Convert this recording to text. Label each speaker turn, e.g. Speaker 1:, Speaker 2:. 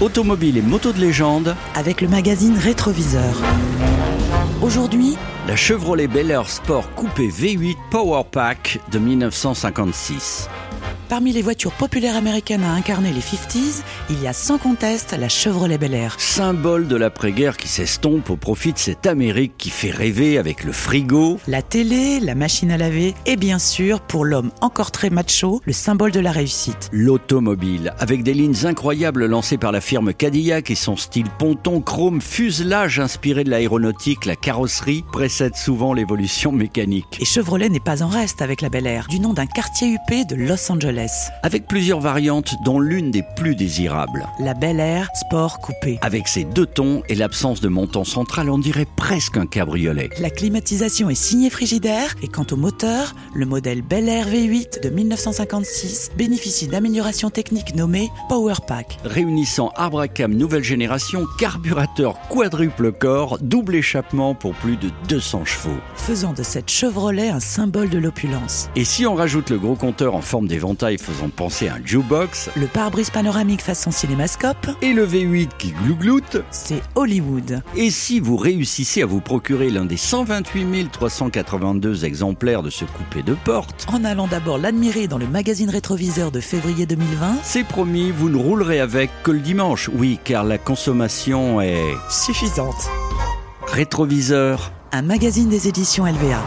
Speaker 1: Automobiles et motos de légende,
Speaker 2: avec le magazine Rétroviseur. Aujourd'hui,
Speaker 1: la Chevrolet Bel Air Sport Coupé V8 Power Pack de 1956.
Speaker 2: parmi les voitures populaires américaines à incarner les 50s, il y a sans conteste la Chevrolet Bel Air.
Speaker 1: Symbole de l'après-guerre qui s'estompe au profit de cette Amérique qui fait rêver avec le frigo,
Speaker 2: La télé, la machine à laver et bien sûr, pour l'homme encore très macho, le symbole de la réussite.
Speaker 1: l'automobile, avec des lignes incroyables lancées par la firme Cadillac et son style ponton, chrome, fuselage inspiré de l'aéronautique, la carrosserie précède souvent l'évolution mécanique.
Speaker 2: Et Chevrolet n'est pas en reste avec la Bel Air, du nom d'un quartier huppé de Los Angeles.
Speaker 1: Avec plusieurs variantes, dont l'une des plus désirables.
Speaker 2: La Bel Air Sport Coupé.
Speaker 1: Avec ses deux tons et l'absence de montant central, on dirait presque un cabriolet.
Speaker 2: La climatisation est signée Frigidaire et quant au moteur, le modèle Bel Air V8 de 1956 bénéficie d'améliorations techniques nommées Power Pack.
Speaker 1: Réunissant arbre à cam nouvelle génération, carburateur quadruple corps, double échappement pour plus de 200 chevaux.
Speaker 2: faisant de cette Chevrolet un symbole de l'opulence.
Speaker 1: Et si on rajoute le gros compteur en forme d'éventail faisant penser à un jukebox,
Speaker 2: Le pare-brise panoramique façon cinémascope,
Speaker 1: et le V8 qui glougloute,
Speaker 2: c'est Hollywood.
Speaker 1: Et si vous réussissez à vous procurer l'un des 128 382 exemplaires de ce coupé de porte,
Speaker 2: En allant d'abord l'admirer dans le magazine rétroviseur de février 2020,
Speaker 1: c'est promis, vous ne roulerez avec que le dimanche. Oui, car la consommation est
Speaker 2: suffisante.
Speaker 1: rétroviseur.
Speaker 2: Un magazine des éditions LVA.